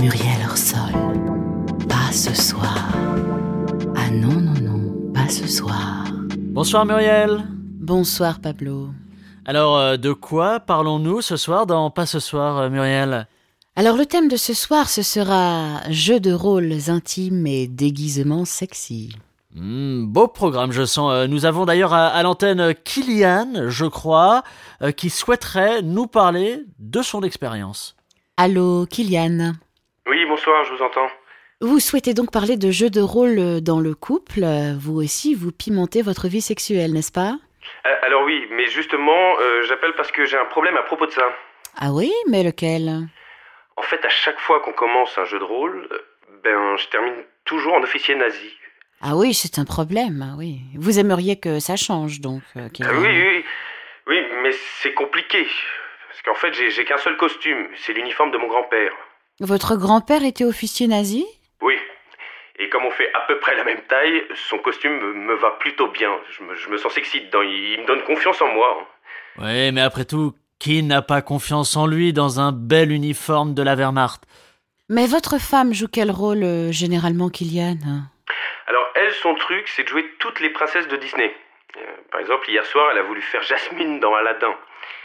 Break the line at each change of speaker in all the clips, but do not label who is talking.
Muriel Orsol. Pas ce soir. Ah non, non, non, pas ce soir.
Bonsoir Muriel.
Bonsoir Pablo.
Alors, euh, de quoi parlons-nous ce soir dans Pas ce soir, euh, Muriel
Alors le thème de ce soir, ce sera jeu de rôles intimes et déguisements sexy.
Hmm, Beau programme, je sens. Euh, Nous avons d'ailleurs à, à l'antenne euh, Kylian, je crois, euh, qui souhaiterait nous parler de son expérience.
Allô, Kylian.
Oui, bonsoir, je vous entends.
Vous souhaitez donc parler de jeux de rôle dans le couple. Vous aussi, vous pimentez votre vie sexuelle, n'est-ce pas
Euh, alors oui, mais justement, euh, j'appelle parce que j'ai un problème à propos de ça.
Ah oui, mais lequel
En fait, à chaque fois qu'on commence un jeu de rôle, euh, ben je termine toujours en officier nazi.
Ah oui, c'est un problème, ah oui. Vous aimeriez que ça change, donc, euh,
Ah
Kylian.
oui, oui, oui, mais c'est compliqué. Parce qu'en fait, j'ai j'ai qu'un seul costume, c'est l'uniforme de mon grand-père.
Votre grand-père était officier nazi
Oui. Et comme on fait à peu près la même taille, son costume me, me va plutôt bien. Je me, je me sens sexy dedans, il, il me donne confiance en moi.
Oui, mais après tout, qui n'a pas confiance en lui dans un bel uniforme de la Wehrmacht
Mais votre femme joue quel rôle, euh, généralement, Kylian
Alors, elle, son truc, c'est de jouer toutes les princesses de Disney. Euh, par exemple, hier soir, elle a voulu faire Jasmine dans Aladdin.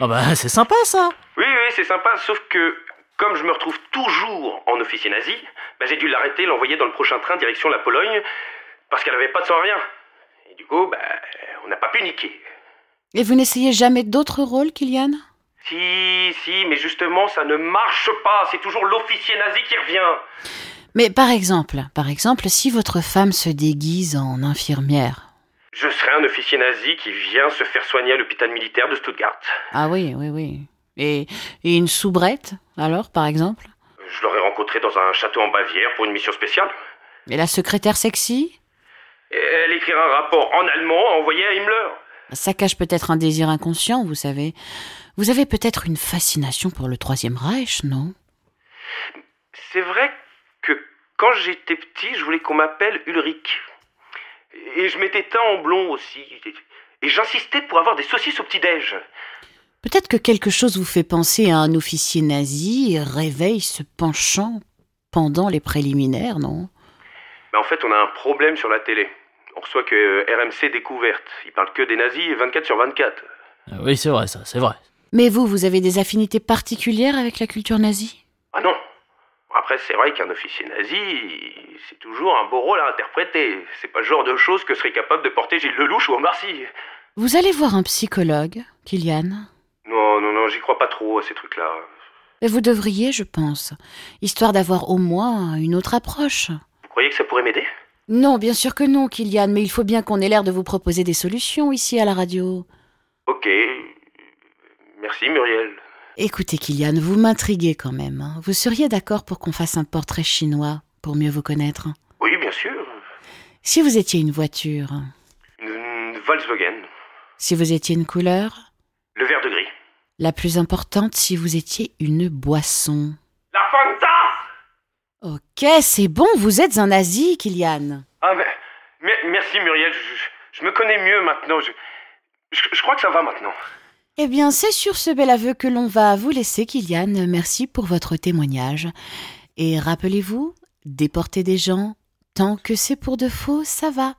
Ah bah, c'est sympa ça
Oui, oui, c'est sympa, sauf que comme je me retrouve toujours en officier nazi, bah, j'ai dû l'arrêter, l'envoyer dans le prochain train direction la Pologne, parce qu'elle avait pas de sang à rien. Et du coup, bah, on n'a pas pu niquer.
Et vous n'essayez jamais d'autres rôles, Kylian
Si, si, mais justement, ça ne marche pas, c'est toujours l'officier nazi qui revient.
Mais par exemple, par exemple, si votre femme se déguise en infirmière.
Je serai un officier nazi qui vient se faire soigner à l'hôpital militaire de Stuttgart.
Ah oui, oui, oui. Et, et une soubrette, alors, par exemple
Je l'aurais rencontré dans un château en Bavière pour une mission spéciale.
Et la secrétaire sexy
Et Euh, Elle écrira un rapport en allemand à envoyer à Himmler.
Ça cache peut-être un désir inconscient, vous savez. Vous avez peut-être une fascination pour le Troisième Reich, non
C'est vrai que quand j'étais petit, je voulais qu'on m'appelle Ulrich. Et je m'étais teint en blond aussi. Et j'insistais pour avoir des saucisses au petit-déj.
Peut-être que quelque chose vous fait penser à un officier nazi et réveille ce penchant pendant les préliminaires, non
Mais en fait, on a un problème sur la télé. On reçoit que euh, RMC découverte. Ils parlent que des nazis 24 sur 24.
Ah Oui, c'est vrai ça, c'est vrai.
Mais vous, vous avez des affinités particulières avec la culture nazie
Ah non Après, c'est vrai qu'un officier nazi, il- c'est toujours un beau rôle à interpréter. C'est pas le genre de choses que serait capable de porter Gilles Lelouch ou Omar Sy.
Vous allez voir un psychologue, Kylian.
Non, non, non, j'y crois pas trop à ces trucs-là.
Et vous devriez, je pense, histoire d'avoir au moins une autre approche.
Vous croyez que ça pourrait m'aider
Non, bien sûr que non, Kylian, mais il faut bien qu'on ait l'air de vous proposer des solutions ici à la radio.
Ok. Merci Muriel.
Écoutez, Kylian, vous m'intriguez quand même. hein. Vous seriez d'accord pour qu'on fasse un portrait chinois pour mieux vous connaître
Oui, bien sûr.
Si vous étiez une voiture,
Une, une Volkswagen.
si vous étiez une couleur,
Le vert de gris.
la plus importante, si vous étiez une boisson.
La Fanta
Ok, c'est bon, vous êtes un nazi, Kylian.
Ah, mais, mais- merci Muriel, je, je- je me connais mieux maintenant. Je, je- je crois que ça va maintenant.
Eh bien, c'est sur ce bel aveu que l'on va vous laisser, Kylian. Merci pour votre témoignage. Et rappelez-vous, déporter des gens, tant que c'est pour de faux, ça va.